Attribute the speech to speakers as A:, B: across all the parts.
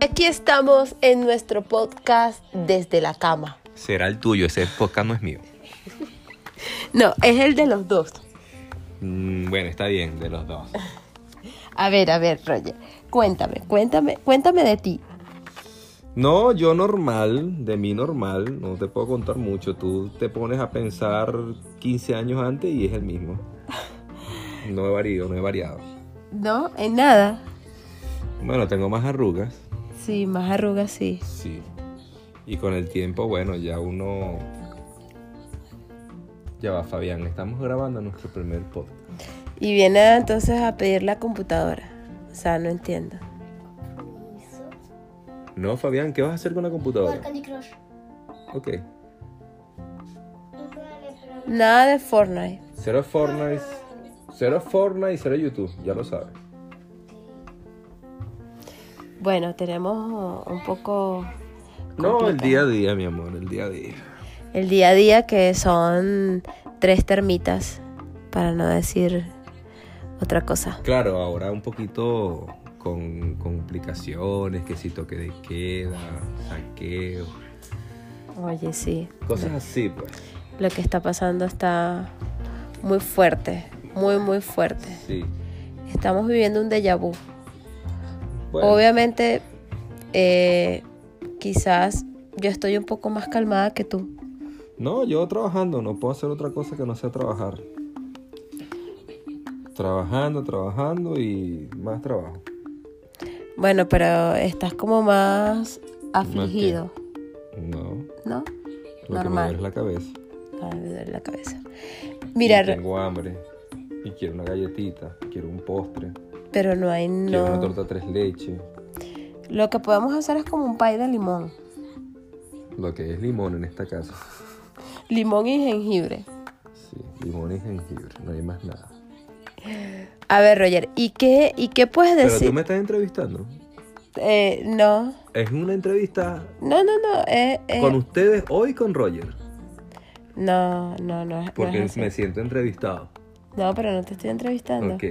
A: Aquí estamos en nuestro podcast desde la cama.
B: Será el tuyo, ese podcast no es mío.
A: No, es el de los dos.
B: Mm, bueno, está bien, de los dos.
A: A ver, a ver, Roger, cuéntame, cuéntame, cuéntame de ti.
B: No, yo normal, de mí normal, no te puedo contar mucho. Tú te pones a pensar 15 años antes y es el mismo. No he variado, no he variado.
A: No, en nada.
B: Bueno, tengo más arrugas,
A: Sí, más arrugas, sí.
B: sí. Y con el tiempo, bueno, ya uno... Ya va, Fabián, estamos grabando nuestro primer podcast.
A: Y viene entonces a pedir la computadora. O sea, no entiendo.
B: No, Fabián, ¿qué vas a hacer con la
C: Jugar
B: computadora?
C: Candy Crush.
B: Ok.
A: Nada de Fortnite.
B: Cero Fortnite, cero Fortnite y cero YouTube, ya lo sabes.
A: Bueno, tenemos un poco
B: No, el día a día, mi amor, el día a día.
A: el día a día que son tres termitas, para no decir otra cosa.
B: Claro, ahora un poquito con complicaciones, que si toque de queda, saqueo,
A: Oye, sí.
B: cosas así, pues.
A: Lo que está pasando está muy fuerte, muy, muy fuerte.
B: Sí.
A: Estamos viviendo un déjà vu.
B: Bueno,
A: Obviamente, eh, quizás yo estoy un poco más calmada que tú.
B: No, yo trabajando, no puedo hacer otra cosa que no sea trabajar. Trabajando, trabajando y más trabajo.
A: Bueno, pero estás como más afligido,
B: No,
A: ¿no?
B: lo que me
A: Normal.
B: duele es la cabeza.
A: Ay, me duele la cabeza. Mira,
B: Y tengo hambre y quiero una galletita, quiero un postre,
A: pero no hay
B: quiero una
A: no.
B: torta tres leches.
A: Lo que podemos hacer es como un pay de limón.
B: Lo que es limón en esta casa.
A: Limón y jengibre.
B: Sí, limón y jengibre, no hay más nada.
A: A ver, Roger, ¿y qué, y qué puedes
B: Pero tú
A: decir?
B: me estás entrevistando.
A: Eh, no,
B: Es una entrevista
A: no, no, no. eh, eh,
B: con ustedes hoy con Roger.
A: No, no, no. es- no
B: Porque
A: es así.
B: me siento entrevistado.
A: No, pero no te estoy entrevistando.
B: Ok.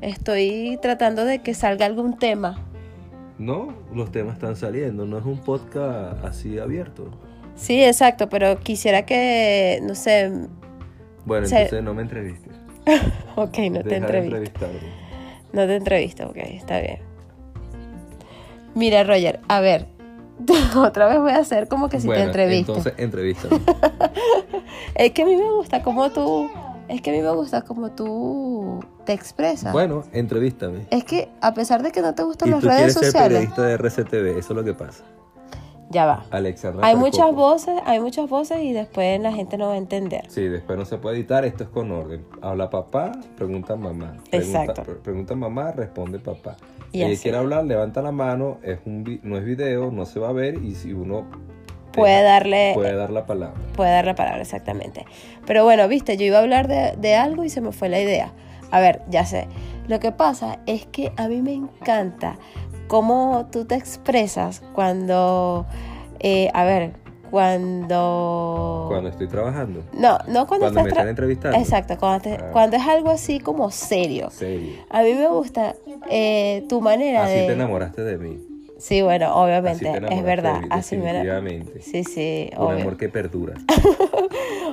A: Estoy tratando de que salga algún tema.
B: No, los temas están saliendo. No es un podcast así abierto.
A: Sí, exacto, pero quisiera que, no sé,
B: Bueno,
A: Se-
B: entonces no me entrevistes.
A: ok, no te
B: Deja de
A: entrevisto.
B: entrevistarme.
A: No te entrevisto, ok, está bien. Mira, Roger, a ver, otra vez voy a hacer como que si
B: bueno,
A: te entrevisto.
B: entonces entrevístame.
A: Es que a mí me gusta como tú, es que a mí me gusta como tú te expresas.
B: bueno, entrevístame.
A: Es que a pesar de que no te
B: Y
A: gustan
B: tú
A: las redes
B: quieres ser
A: sociales,
B: periodista de RCTV, eso es lo que pasa.
A: ya va.
B: Alexandra.
A: Hay
B: Percoco.
A: muchas voces, hay muchas voces y después la gente no va a entender.
B: Sí, después no se puede editar, esto es con orden. Habla papá, pregunta mamá. Pregunta,
A: Exacto.
B: pre- Pregunta mamá, responde papá.
A: Y
B: si ella
A: así.
B: quiere hablar, levanta la mano, es un vi- no es video, no se va a ver y si uno
A: Puede
B: deja-
A: darle,
B: puede dar la palabra.
A: puede dar la palabra exactamente. Pero bueno, viste, yo iba a hablar de, de algo y se me fue la idea. A ver, ya sé. Lo que pasa es que a mí me encanta cómo tú te expresas cuando, eh, a ver, cuando...
B: Cuando estoy trabajando,
A: No, no cuando,
B: cuando,
A: estás
B: me
A: tra-
B: están entrevistando.
A: Exacto, cuando, te-
B: Ah.
A: cuando es algo así como serio.
B: Serio.
A: A mí me gusta eh, tu manera
B: Así
A: de...
B: te enamoraste de mí.
A: Sí, bueno,
B: Así te
A: obviamente,
B: enamoraste
A: es verdad.
B: de mí,
A: así me enamoré.
B: definitivamente.
A: Sí, sí,
B: Un
A: obvio.
B: amor que perdura.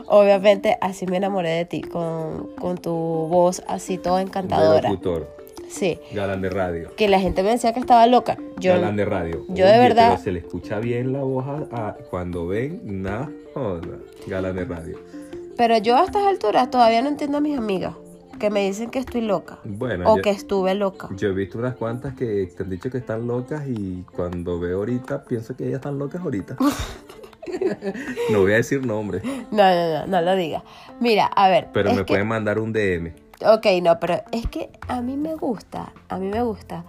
A: Obviamente, así me enamoré de ti, con, con tu voz así toda
B: De
A: encantadora.
B: locutor,
A: Sí,
B: galán de radio.
A: que la gente me decía que estaba loca. Yo,
B: Galán de radio.
A: yo de verdad-
B: pero se le escucha bien la voz a- a- cuando ven, nada, joda, galán de radio.
A: pero yo a estas alturas todavía no entiendo a mis amigas que me dicen que estoy loca
B: Bueno,
A: o
B: yo,
A: que estuve loca.
B: yo he visto unas cuantas que te han dicho que están locas y cuando veo ahorita pienso que ellas están locas ahorita. no voy a decir nombres,
A: No, no, no, no lo digas. Mira, a ver.
B: pero
A: es
B: me
A: que-
B: pueden mandar un DM.
A: Ok, no, pero es que a mí me gusta, a mí me gusta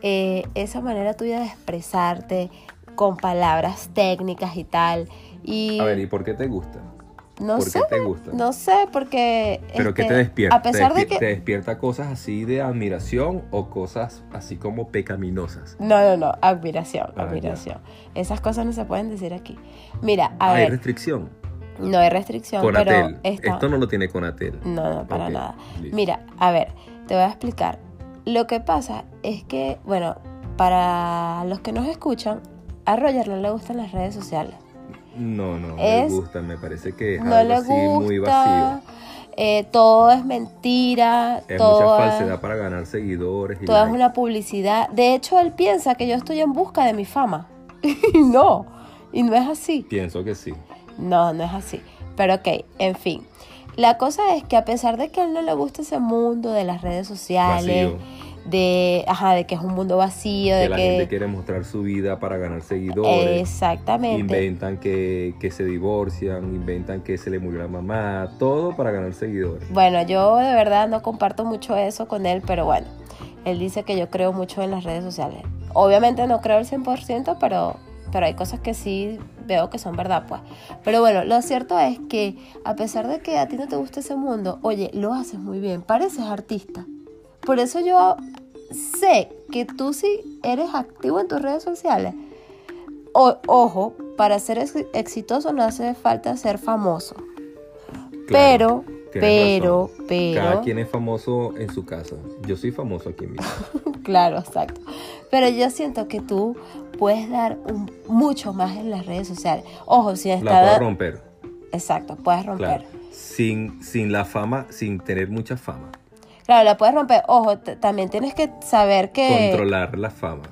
A: eh, esa manera tuya de expresarte con palabras técnicas y tal. Y
B: A ver, ¿y por qué te gusta?
A: no
B: ¿Por
A: sé,
B: qué te gusta?
A: no sé, porque...
B: ¿Pero qué
A: este,
B: te despierta?
A: A pesar
B: ¿Te,
A: de
B: despier-
A: que...
B: ¿Te despierta cosas así de admiración o cosas así como pecaminosas?
A: No, no, no, admiración,
B: Ah,
A: admiración. Esas cosas no se pueden decir aquí. Mira, a
B: Ah, Hay
A: ver,
B: restricción.
A: no hay restricción,
B: Conatel.
A: pero... Mm. está-
B: Esto no lo tiene Conatel.
A: No, no, para
B: Ok,
A: nada.
B: listo.
A: Mira, a ver, Te voy a explicar. Lo que pasa es que, bueno, para los que nos escuchan, a Roger no le gustan las redes sociales.
B: No, no,
A: Es-
B: me gusta, me parece que es
A: no
B: algo
A: le
B: así muy
A: gusta.
B: vacío.
A: eh, todo es mentira.
B: Es
A: todo
B: mucha
A: es-
B: falsedad para ganar seguidores. Y
A: Toda es
B: likes.
A: una publicidad. De hecho, él piensa que yo estoy en busca de mi fama. Y no, y no es así.
B: Pienso que sí.
A: No, no es así. Pero ok, en fin. La cosa es que a pesar de que a él no le gusta ese mundo de las redes sociales,
B: Vacío.
A: de, ajá, de que es un mundo vacío,
B: Que
A: de
B: la
A: que...
B: gente quiere mostrar su vida para ganar seguidores.
A: Exactamente.
B: Inventan que, que se divorcian, inventan que se le murió la mamá, todo para ganar seguidores.
A: Bueno, yo de verdad no comparto mucho eso con él, pero bueno, él dice que yo creo mucho en las redes sociales. Obviamente no creo al 100%, pero, pero hay cosas que sí veo que son verdad, pues. Pero bueno, lo cierto es que a pesar de que a ti no te gusta ese mundo, oye, lo haces muy bien, pareces artista. Por eso yo sé que tú sí eres activo en tus redes sociales. O- ojo, para ser ex- exitoso no hace falta ser famoso. pero,
B: Claro, tienes
A: pero,
B: razón.
A: pero.
B: Cada quien es famoso en su casa. Yo soy famoso aquí mismo.
A: Claro, exacto. Pero yo siento que tú puedes dar un- mucho más en las redes sociales. Ojo, si
B: La puedo
A: está.
B: romper.
A: exacto, puedes romper.
B: Claro.
A: Claro.
B: Sin, sin la fama, sin tener mucha fama.
A: la puedes romper. Ojo, t- también tienes que saber que.
B: Controlar la fama.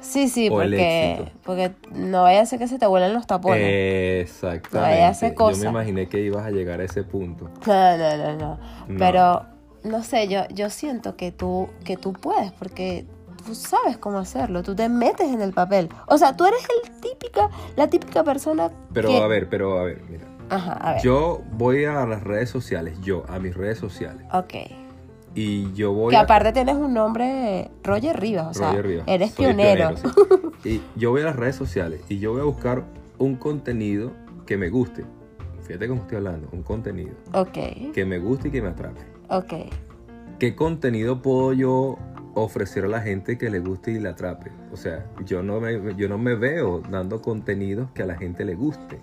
A: Sí, sí,
B: o el
A: porque,
B: éxito. Eh,
A: porque no vaya a ser que se te vuelan los tapones.
B: Exactamente.
A: No, hace
B: Yo
A: cosas.
B: me imaginé que ibas a llegar a ese punto.
A: No, no, no, no.
B: No.
A: Pero no sé, yo, yo siento que tú, que tú puedes, porque tú sabes cómo hacerlo, tú te metes en el papel. O sea, tú eres el típica, la típica persona
B: Pero
A: que...
B: a ver, pero a ver, mira.
A: Ajá, a ver.
B: Yo voy a las redes sociales, yo, a mis redes sociales.
A: Ok.
B: Y yo voy
A: Que
B: a-
A: aparte tienes un nombre Roger Rivas, o sea,
B: Roger Rivas,
A: eres
B: soy
A: pionero.
B: pionero, sí. Y yo voy a las redes sociales y yo voy a buscar un contenido que me guste. Fíjate cómo estoy hablando, un contenido
A: Ok,
B: que me guste y que me atrape.
A: ok.
B: ¿Qué contenido puedo yo ofrecer a la gente que le guste y le atrape? O sea, yo no me, yo no me veo dando contenidos que a la gente le guste.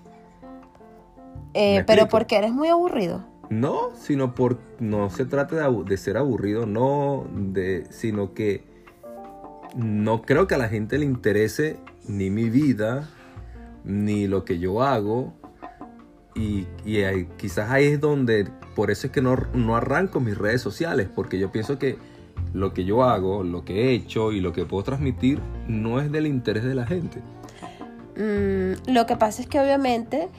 A: Eh,
B: Me
A: pero
B: explico.
A: porque eres muy aburrido.
B: No, sino por no se trata de, abu- de ser aburrido, no, de, sino que no creo que a la gente le interese ni mi vida, ni lo que yo hago. Y, y ahí- quizás ahí es donde, por eso es que no, no arranco mis redes sociales, porque yo pienso que lo que yo hago, lo que he hecho y lo que puedo transmitir no es del interés de la gente.
A: Mm, lo que pasa es que obviamente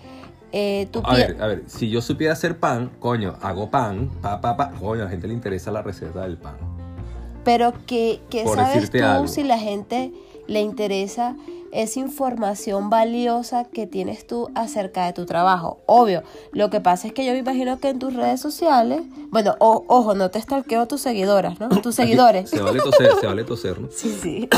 A: eh, tú
B: A
A: pi-
B: ver, a ver, si yo supiera hacer pan, coño, hago pan, pa, pa, pa, coño, a la gente le interesa la receta del pan.
A: Pero que, que
B: Por
A: sabes
B: decirte
A: tú
B: algo.
A: si la gente le interesa esa información valiosa que tienes tú acerca de tu trabajo. Obvio, lo que pasa es que yo me imagino que en tus redes sociales, bueno, o- ojo, no te stalkeo a tus seguidoras, ¿no? Tus seguidores.
B: Se vale toser, se vale toser, ¿no?
A: Sí, sí.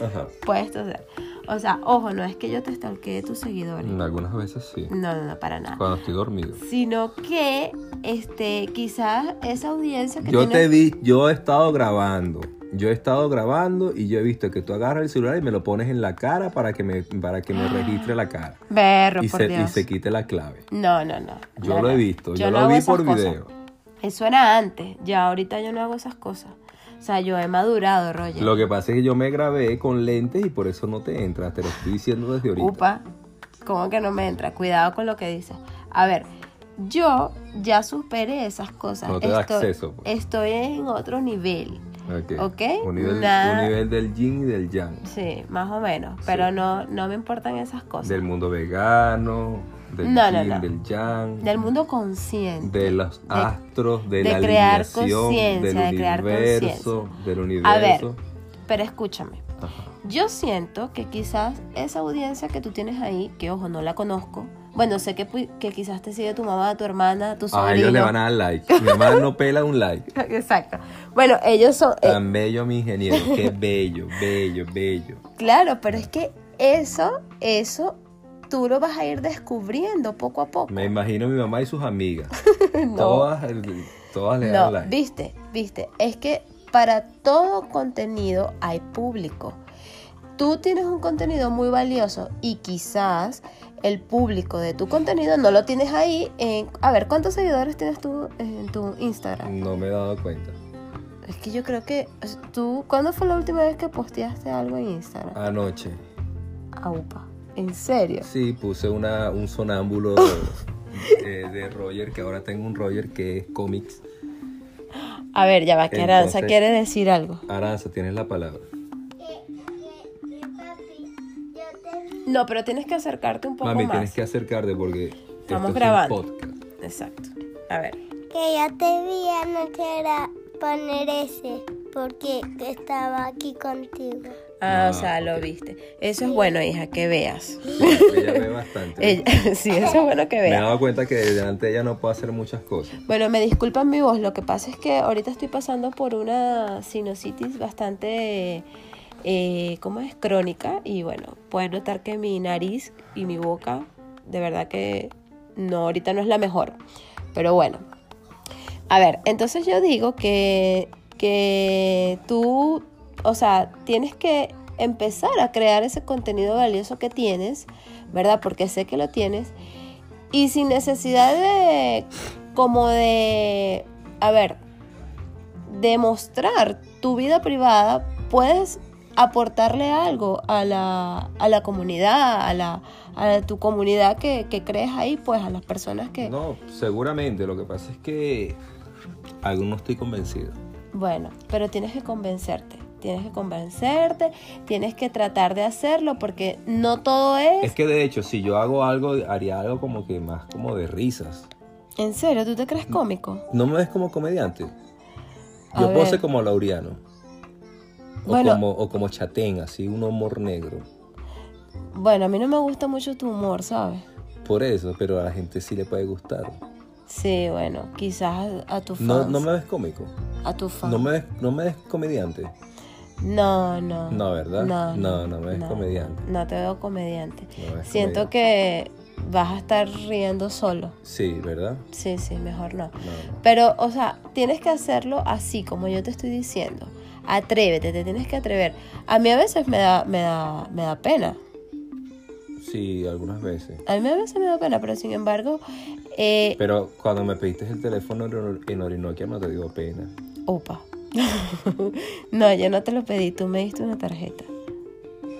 B: Ajá.
A: Puedes toser. O sea, ojo, no es que yo te stalkee tus seguidores. No,
B: Algunas veces sí.
A: no, no, para nada.
B: Cuando estoy dormido.
A: Sino que, este, quizás esa audiencia que
B: Yo
A: tienes-
B: te vi, yo he estado grabando. Yo he estado grabando y yo he visto que tú agarras el celular y me lo pones en la cara para que me, para que me registre la cara.
A: Berro,
B: Y
A: Ah. por
B: se, y
A: Dios.
B: se quite la clave.
A: No, no, no.
B: Yo
A: no,
B: lo he
A: no.
B: visto, yo,
A: no
B: lo
A: hago
B: vi
A: esas
B: por
A: cosas.
B: video.
A: Eso era antes, ya ahorita yo no hago esas cosas. O sea, yo he madurado, Roger.
B: Lo que pasa es que yo me grabé con lentes y por eso no te entra, te lo estoy diciendo desde ahorita.
A: Upa, ¿cómo que no me entra? Cuidado con lo que dices. A ver, yo ya superé esas cosas.
B: No te da acceso, pues.
A: Estoy en otro nivel.
B: Ok.
A: Ok,
B: Un, nivel,
A: nada.
B: un nivel del yin y del yang.
A: Sí, más o menos. Pero no, no me importan esas cosas.
B: Del mundo vegano, del
A: No, no,
B: yin,
A: no.
B: del yang.
A: Del mundo consciente.
B: de los ah.
A: De-
B: astros, de,
A: de
B: la
A: crear
B: alineación, del
A: conciencia, de crear
B: universo, del
A: A ver,
B: universo.
A: pero escúchame.
B: Ajá.
A: Yo siento que quizás esa audiencia que tú tienes ahí, que ojo, no la conozco. Bueno, sé que, pu- que quizás te sigue tu mamá, tu hermana, tu sobrino.
B: A Ah, ellos le van a dar like. Mi mamá no pela un like.
A: Exacto. Bueno, ellos son... eh,
B: Tan bello mi ingeniero, qué bello, bello, bello.
A: claro, pero es que eso, eso, tú lo vas a ir descubriendo poco a poco.
B: Me imagino mi mamá y sus amigas.
A: No.
B: Todas, todas le
A: No,
B: dan like.
A: viste, viste, es que para todo contenido hay público. tú tienes un contenido muy valioso y quizás el público de tu contenido no lo tienes ahí. En, a ver, ¿cuántos seguidores tienes tú en tu Instagram?
B: No me he dado cuenta.
A: Es que yo creo que tú, ¿cuándo fue la última vez que posteaste algo en Instagram?
B: Anoche. Ah.
A: Aupa, ¿en serio?
B: Sí, puse una, un sonámbulo de, de Roger, que ahora tengo un Roger que es cómics.
A: A ver, ya va, que Aranza
B: Entonces-
A: quiere decir algo.
B: Aranza, tienes la palabra.
A: No, pero tienes que acercarte un poco
B: Mami,
A: más.
B: tienes que acercarte porque
A: Estamos
B: esto
A: grabando.
B: es un podcast.
A: Exacto. A ver.
C: Que yo te vi anoche era poner ese, porque estaba aquí contigo.
A: Ah,
B: Ah,
A: o sea, lo
B: ok.
A: viste. Eso es bueno, hija, que veas.
B: Sí, Ella ve bastante.
A: Ella- sí, eso es bueno que
B: Me he
A: veas.
B: dado cuenta que delante de ella no puedo hacer muchas cosas.
A: Bueno, me disculpan mi voz, lo que pasa es que ahorita estoy pasando por una sinusitis bastante, eh, ¿cómo es? Crónica y bueno, pueden notar que mi nariz y mi boca, de verdad que no, ahorita no es la mejor, pero bueno. A ver, entonces yo digo que, que tú, o sea, tienes que empezar a crear ese contenido valioso que tienes, ¿verdad? Porque sé que lo tienes y sin necesidad de como de a ver demostrar tu vida privada puedes aportarle algo a la, a la comunidad a la a tu comunidad que, que crees ahí pues a las personas que
B: No, seguramente. Lo que pasa es que aún no estoy convencido.
A: Bueno, pero tienes que convencerte. Tienes que convencerte, tienes que tratar de hacerlo porque no todo es...
B: Es que de hecho, si yo hago algo, haría algo como que más como de risas.
A: En serio, ¿tú te
B: Mm,
A: crees cómico?
B: ¿No me ves como comediante?
A: A
B: Yo puedo
A: ver.
B: ser como Laureano. O,
A: Bueno.
B: como, o como Chatén, así, un humor negro.
A: Bueno, a mí no me gusta mucho tu humor, ¿sabes?
B: Por eso, pero a la gente sí le puede gustar.
A: Sí, bueno, quizás a, a tu fans.
B: No, no me ves cómico.
A: A tu fans.
B: No me ves, no me ves comediante.
A: No, no.
B: No, ¿verdad?
A: No,
B: No, no me ves comediante.
A: No te veo comediante.
B: No me ves
A: Siento que
B: comediante.
A: vas a estar riendo solo.
B: Sí, ¿verdad?
A: Sí, sí, mejor no.
B: No, no.
A: Pero, o sea, tienes que hacerlo así, como yo te estoy diciendo. Atrévete, te tienes que atrever. A mí a veces me da, me da, me da pena.
B: Sí, algunas veces.
A: A mí a veces me da pena, pero sin embargo, eh,
B: Pero cuando me pediste el teléfono en Or- en Orinoquia no te dio pena.
A: opa. no, yo no te lo pedí, tú me diste una tarjeta.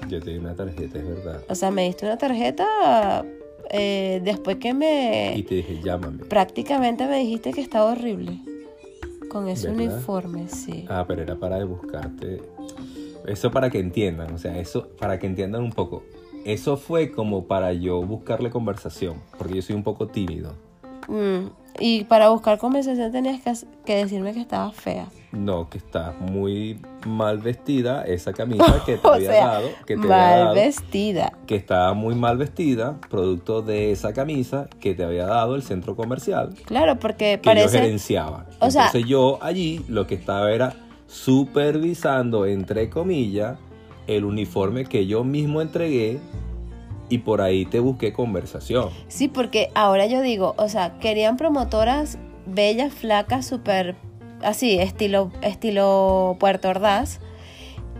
B: Yo te di una tarjeta, es verdad.
A: O sea, me diste una tarjeta eh, después que me...
B: Y te dije, llámame.
A: Prácticamente me dijiste que estaba horrible. Con ese
B: ¿Verdad?
A: uniforme, sí.
B: Ah, pero era para buscarte. Eso para que entiendan, o sea, eso para que entiendan un poco. Eso fue como para yo buscarle conversación, porque yo soy un poco tímido.
A: Mm, Y para buscar conversación tenías que, hac- que decirme que estaba fea.
B: No, que está muy mal vestida esa camisa que te
A: O
B: había
A: sea,
B: dado, que te había
A: mal
B: dado,
A: vestida.
B: que estaba muy mal vestida, producto de esa camisa que te había dado el centro comercial
A: Claro, porque
B: que yo
A: parece.
B: gerenciaba.
A: o sea-
B: Entonces yo allí lo que estaba era supervisando, entre comillas, el uniforme que yo mismo entregué y por ahí te busqué conversación.
A: Sí, porque ahora yo digo, o sea, querían promotoras bellas, flacas, súper. Así, estilo, estilo Puerto Ordaz.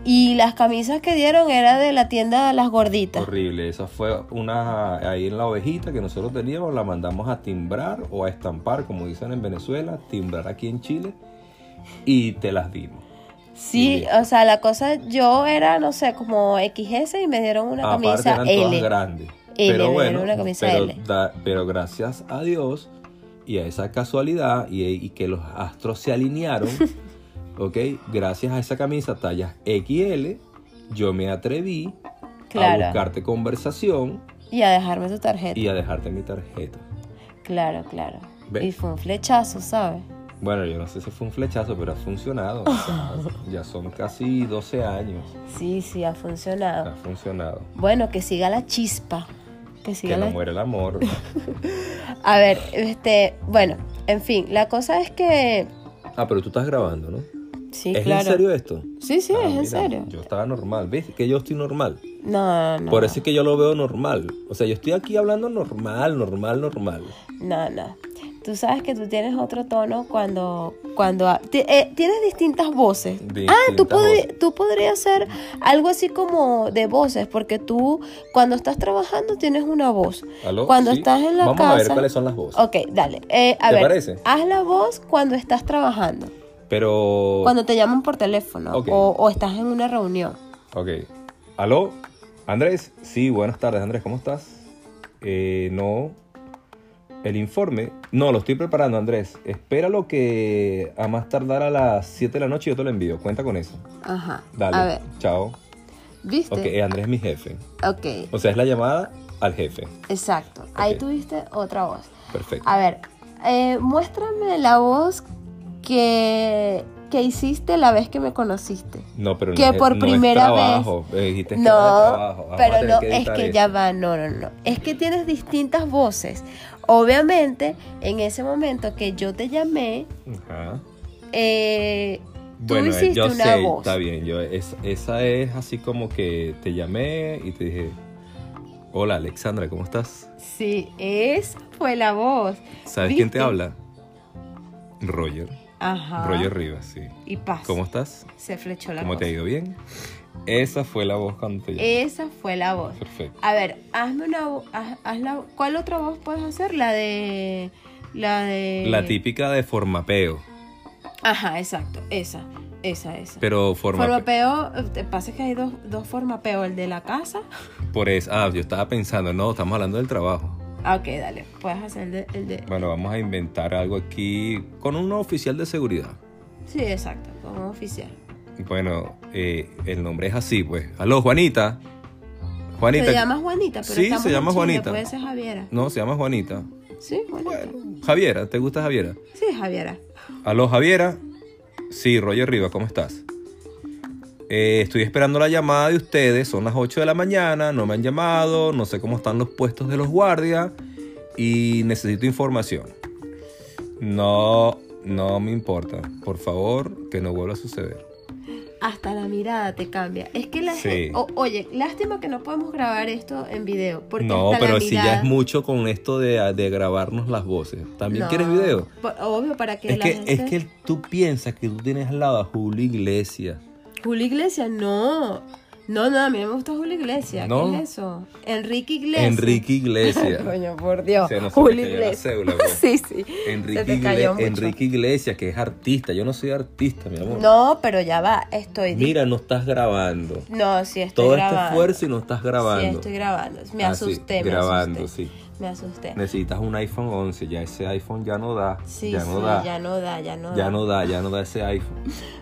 A: Y las camisas que dieron era de la tienda Las Gorditas.
B: Horrible, esa fue una ahí en la ovejita que nosotros teníamos, la mandamos a timbrar o a estampar, como dicen en Venezuela, timbrar aquí en Chile y te las dimos.
A: Sí,
B: Sí.
A: o sea, la cosa, yo era, no sé, como XS y me dieron una
B: Aparte
A: camisa
B: eran
A: L.
B: todas grandes.
A: L,
B: pero
A: me
B: bueno,
A: dieron una camisa
B: pero,
A: L.
B: da- pero gracias a Dios y a esa casualidad y, y que los astros se alinearon, ¿ok? Gracias a esa camisa tallas XL, yo me atreví
A: Claro.
B: a buscarte conversación
A: Y a dejarme tu tarjeta.
B: y a dejarte mi tarjeta.
A: Claro, claro.
B: ¿Ves?
A: Y fue un flechazo, ¿sabes?
B: Bueno, yo no sé si fue un flechazo, pero ha funcionado. o sea, ya son casi 12 años.
A: Sí, sí, ha funcionado.
B: Ha funcionado.
A: Bueno, que siga la chispa. Que siga
B: Que no
A: la-
B: muere el amor.
A: A ver, este, bueno, en fin, la cosa es que
B: Ah, pero tú estás grabando, ¿no?
A: Sí,
B: ¿Es
A: claro.
B: en serio esto?
A: Sí, sí,
B: Ah,
A: es en
B: mira,
A: serio.
B: Yo estaba normal, ¿ves? Que yo estoy normal.
A: No, no.
B: Por eso es que yo lo veo normal. O sea, yo estoy aquí hablando normal, normal, normal.
A: No, no. Tú sabes que tú tienes otro tono cuando... cuando ha- ti- eh, tienes distintas voces. ah, tú,
B: Distintas
A: podri-
B: voces.
A: tú podrías hacer algo así como de voces, porque tú cuando estás trabajando tienes una voz.
B: ¿Aló?
A: Cuando
B: Sí.
A: estás en la
B: Vamos
A: casa...
B: a ver cuáles son las voces.
A: Ok, dale. Eh, a
B: ¿Te
A: ver,
B: parece?
A: haz la voz cuando estás trabajando,
B: Pero...
A: cuando te llaman por teléfono
B: Ok.
A: o, o estás en una reunión.
B: Ok. ¿Aló? ¿Andrés? Sí, buenas tardes, Andrés, ¿cómo estás? Eh, no. El informe. No, lo estoy preparando, Andrés. Espéralo que a más tardar a las 7 de la noche yo te lo envío. Cuenta con eso.
A: Ajá.
B: Dale.
A: A ver, Este-
B: Chao.
A: ¿viste?
B: Ok, eh, Andrés es mi jefe.
A: Ok,
B: O sea, es la llamada al jefe.
A: exacto. Ahí
B: Ok.
A: tuviste otra voz.
B: Perfecto.
A: A ver, eh, muéstrame la voz que, que hiciste la vez que me conociste.
B: No, pero
A: que
B: no, es-
A: por
B: no es
A: primera vez-
B: trabajo. Eh, dijiste que
A: no,
B: era trabajo. Vamos a
A: pero
B: tener
A: no, es
B: editar
A: que
B: eso.
A: ya va, no, no, no. Es que tienes distintas voces. Obviamente, en ese momento que yo te llamé,
B: Ajá.
A: eh, tú
B: Bueno, eh,
A: hiciste
B: yo
A: una
B: sé,
A: voz.
B: está bien. Yo, es- esa es así como que te llamé y te dije, hola Alexandra, ¿cómo estás?
A: Sí, esa fue la voz.
B: ¿Sabes quién
A: ¿Viste?
B: te habla? Roger.
A: Ajá.
B: Roger Rivas, sí.
A: Y paz.
B: ¿Cómo estás?
A: Se flechó la Eh,
B: ¿Cómo
A: voz.
B: te ha ido bien? Esa fue la voz cuando te llamé.
A: Esa fue la voz.
B: Perfecto.
A: A ver, hazme una vo- haz, haz la, ¿cuál otra voz puedes hacer? La de la de
B: La típica de formapeo,
A: Ajá, exacto, esa, esa, esa.
B: pero forma
A: Formapeo, eh, te pasa que hay dos, dos formapeo, el de la casa.
B: por eso, ah, yo estaba pensando, no, estamos hablando del trabajo.
A: Ah, ok, dale, puedes hacer el de, el de-
B: Bueno, vamos a inventar algo aquí con un oficial de seguridad.
A: Sí, exacto, como oficial.
B: Bueno, eh, el nombre es así, pues. Aló, Juanita. Juanita.
A: Se llama Juanita, pero
B: Sí,
A: estamos
B: se llama
A: en Chile,
B: Juanita.
A: Puede ser Javiera.
B: No, se llama Juanita.
A: Sí, Juanita.
B: Javiera, ¿te gusta Javiera?
A: Sí, Javiera.
B: Aló, Javiera. Sí, Roger Rivas, ¿cómo estás? Eh, estoy esperando la llamada de ustedes. Son las 8 de la mañana, no me han llamado, no sé cómo están los puestos de los guardias y necesito información. No, no me importa. Por favor, que no vuelva a suceder.
A: Hasta la mirada te cambia. Es que la
B: Sí.
A: gente- o- oye, lástima que no podemos grabar esto en video. Porque
B: No,
A: hasta la
B: pero si ya
A: mirada-
B: es mucho con esto de, de grabarnos las voces. ¿También
A: No,
B: quieres video?
A: por- obvio, para que
B: Es
A: la
B: que,
A: gente...
B: es que tú piensas que tú tienes al lado a Julio Iglesias.
A: Julio Iglesias, no. No, no, a mí no me gusta Julio Iglesias.
B: No.
A: ¿Qué es eso? Enrique Iglesias.
B: Enrique Iglesias.
A: Coño, por Dios.
B: Se nos
A: Julio
B: cayó la
A: Iglesias.
B: cédula, bro.
A: sí, sí.
B: Enrique,
A: Se te cayó
B: Igle-
A: mucho.
B: Enrique Iglesias, que es artista. Yo no soy artista, mi amor.
A: No, pero ya va, estoy... di-
B: Mira, no estás grabando.
A: No, sí estoy
B: Todo
A: grabando.
B: este esfuerzo y no estás grabando.
A: Sí, estoy grabando. Me
B: Ah, sí,
A: asusté, me
B: grabando,
A: asusté.
B: sí.
A: Me asusté.
B: Necesitas un iPhone 11. Ya ese iPhone ya no da.
A: Sí,
B: ya no
A: sí,
B: da.
A: ya no da, ya no
B: Ya
A: da.
B: no da, ya no da ese iPhone.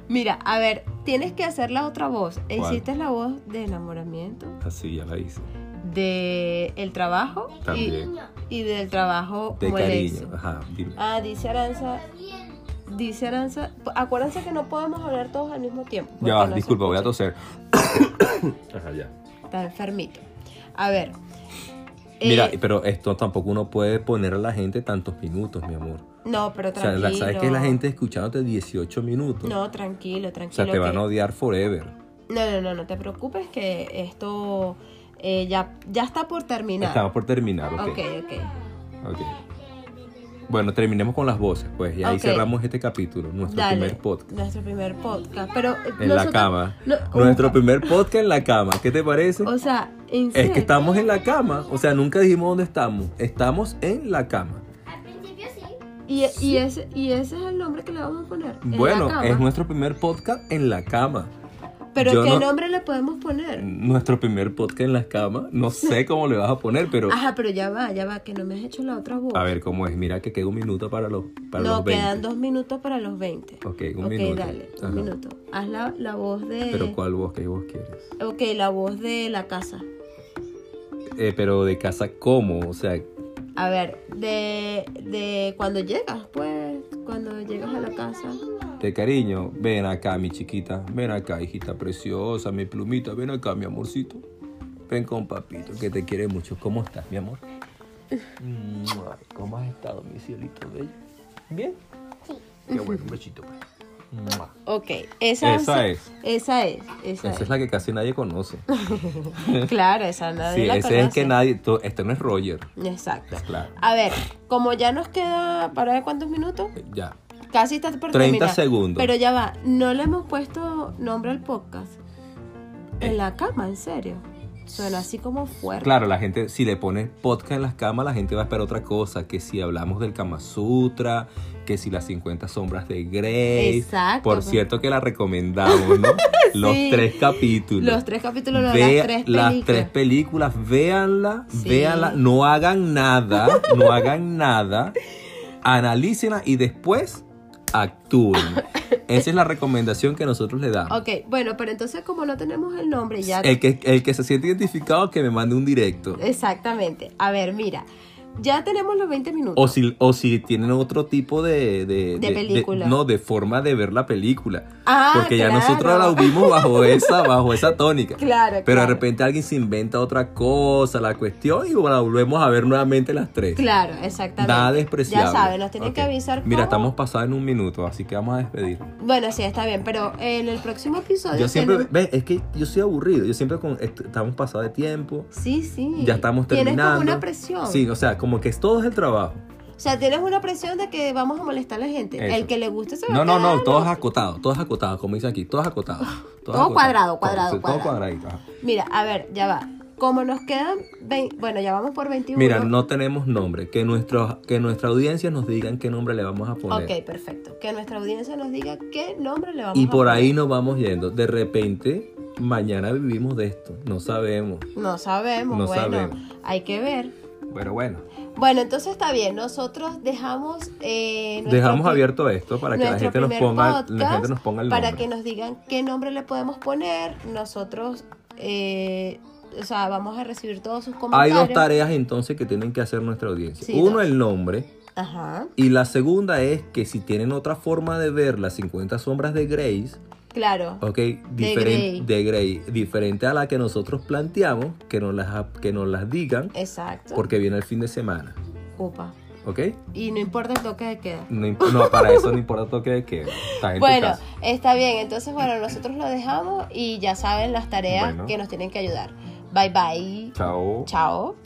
A: Mira, a ver, tienes que hacer la otra voz.
B: ¿Cuál?
A: Hiciste la voz de enamoramiento,
B: Así ya la hice.
A: de el trabajo y-
B: También.
A: y, del trabajo
B: De
A: molesto.
B: cariño. Ajá, dime.
A: Ah, dice Aranza. Dice Aranza. Acuérdense que no podemos hablar todos al mismo tiempo. porque
B: Ya, va,
A: no se
B: disculpa, voy a
A: escucha.
B: toser. Ajá, ya.
A: Está enfermito. A ver. eh,
B: Mira, pero esto tampoco uno puede poner a la gente tantos minutos, mi amor.
A: no, pero
B: O sea,
A: tranquilo.
B: la- sabes que la gente escuchándote 18 minutos.
A: No, tranquilo, tranquilo.
B: o sea, te van
A: que-
B: a odiar forever.
A: No, no, no, no te preocupes que esto eh, ya, ya está por terminar.
B: Estamos por terminar, ok.
A: ok, ok.
B: ok. Bueno, terminemos con las voces, pues. Y ahí
A: Ok.
B: cerramos este capítulo, nuestro
A: Dale,
B: primer podcast.
A: Nuestro primer podcast. Pero. eh,
B: En la
A: nosotros-
B: cama.
A: no, Oh,
B: nuestro primer podcast en la cama. ¿Qué te parece?
A: O sea, en
B: es
A: serio.
B: que estamos en la cama. O sea, nunca dijimos dónde estamos. Estamos en la cama.
A: Y, y, ese, y ese es el nombre que le vamos a poner. en la
B: bueno,
A: cama.
B: es nuestro primer podcast en la cama.
A: Pero
B: Yo
A: ¿qué
B: no-
A: nombre le podemos poner?
B: Nuestro primer podcast en la cama. No sé cómo le vas a poner, pero
A: Ajá, pero ya va, ya va, que Ah, no me has hecho la otra voz.
B: a ver cómo es. Mira que queda un minuto para los, para
A: no,
B: los 20.
A: quedan dos minutos para los 20.
B: Ok, un minuto.
A: dale, un
B: Ajá.
A: minuto. Haz la, la voz de...
B: Pero ¿cuál voz que vos quieres?
A: Ok, la voz de la casa.
B: Eh, pero de casa, ¿cómo? O sea,
A: A ver, de, de cuando llegas, pues, cuando llegas a la casa.
B: de cariño, ven acá, mi chiquita. Ven acá, hijita preciosa, mi plumita. Ven acá, mi amorcito. Ven con papito, que te quiere mucho. ¿Cómo estás, mi amor? Mua, ¿Cómo has estado, mi cielito bello? ¿Bien? Sí. Qué bueno, un besito, pues. Mua.
A: Ok, esa,
B: Esa es.
A: Esa es. Esa,
B: Esa es la que casi nadie conoce.
A: es. Claro, esa nadie
B: sí,
A: la
B: ese es el
A: conoce.
B: que nadie. tú- Este no es Roger.
A: Exacto.
B: Claro.
A: A ver, como ya nos queda, ¿para ver cuántos minutos?
B: Eh, Ya.
A: Casi está por
B: 30
A: terminar.
B: segundos.
A: Pero ya va, no le hemos puesto nombre al podcast. En la cama, en serio. Suena así como fuerte.
B: Eh. Claro, la gente, si le pones podcast en las camas, la gente va a esperar otra cosa. Que si hablamos del Kama Sutra, que si las 50 sombras de Grey.
A: Exacto.
B: Por cierto, que la recomendamos, ¿no? Los
A: Sí.
B: tres capítulos.
A: Los tres capítulos, no,
B: Vea-
A: las tres
B: las tres
A: películas.
B: películas, véanla,
A: Sí.
B: véanla, no hagan nada, no hagan nada, analícenla y después actúen. Esa es la recomendación que nosotros le damos.
A: Ok, bueno, pero entonces como no tenemos el nombre ya...
B: El que, el que se siente identificado que me mande un directo.
A: Exactamente. A ver, mira. Ya tenemos los 20 minutos.
B: O si, o si tienen otro tipo de... De,
A: película.
B: no, de forma de ver la película.
A: Ah,
B: Porque ya
A: claro.
B: nosotros la vimos bajo esa, bajo esa tónica.
A: Claro,
B: Pero de
A: claro.
B: repente alguien se inventa otra cosa, la cuestión, y bueno, volvemos a ver nuevamente las tres.
A: Claro, exactamente.
B: Nada Mm, despreciable.
A: Ya saben, nos tienen
B: Ok.
A: que avisar.
B: Mira,
A: cómo-
B: estamos pasados en un minuto, así que vamos a despedir.
A: Bueno, sí, está bien, pero en el próximo episodio.
B: Yo siempre,
A: tenemos-
B: ves, es que yo soy aburrido, yo siempre con, est- estamos pasados de tiempo,
A: Sí, sí.
B: ya estamos
A: Tienes
B: terminando.
A: como una presión.
B: Sí, o sea, como que es- todo es el trabajo.
A: O sea, tienes una presión de que vamos a molestar a la gente.
B: Eso.
A: El que le guste se va
B: No, no, no,
A: quedando.
B: todo es acotado, todo es acotado, como dice aquí, todo es acotado.
A: Todo
B: es acotado.
A: cuadrado,
B: Todo,
A: cuadrado,
B: sí, Todo,
A: cuadrado.
B: cuadradito. ajá.
A: Mira, a ver, ya va. Como nos quedan. vein- Bueno, ya vamos por 21.
B: Mira, no tenemos nombre, que, nuestros, que nuestra audiencia nos digan qué nombre le vamos a poner.
A: Ok, perfecto. Que nuestra audiencia nos diga qué nombre le vamos
B: Y
A: a
B: por
A: poner.
B: ahí nos vamos yendo. De repente, mañana vivimos de esto, no sabemos.
A: No sabemos,
B: No
A: bueno.
B: sabemos.
A: Hay que ver.
B: Pero bueno,
A: Bueno, entonces está bien. Nosotros dejamos. eh, nuestro
B: dejamos
A: pri-
B: abierto esto para que la
A: nuestro
B: gente, nos
A: primer
B: ponga, la
A: podcast
B: gente nos ponga el nombre.
A: Para que nos digan qué nombre le podemos poner. Nosotros. eh, o sea, vamos a recibir todos sus
B: Hay
A: comentarios.
B: dos tareas entonces que tienen que hacer nuestra audiencia.
A: Sí,
B: Uno,
A: dos.
B: el nombre.
A: Ajá.
B: Y la segunda es que si tienen otra forma de ver las 50 sombras de Grace,
A: Claro.
B: ok,
A: Grey.
B: diferente de Grey, diferente a la que nosotros planteamos, que nos las, que nos las digan,
A: Exacto.
B: porque viene el fin de semana,
A: Upa.
B: ¿ok?
A: Y no importa el toque de queda.
B: No, imp- no, para eso no importa toque de queda. estás en tu
A: Bueno,
B: casa.
A: está bien. Entonces, bueno, nosotros lo dejamos y ya saben las tareas
B: Bueno.
A: que nos tienen que ayudar. Bye bye.
B: Chao.
A: Chao.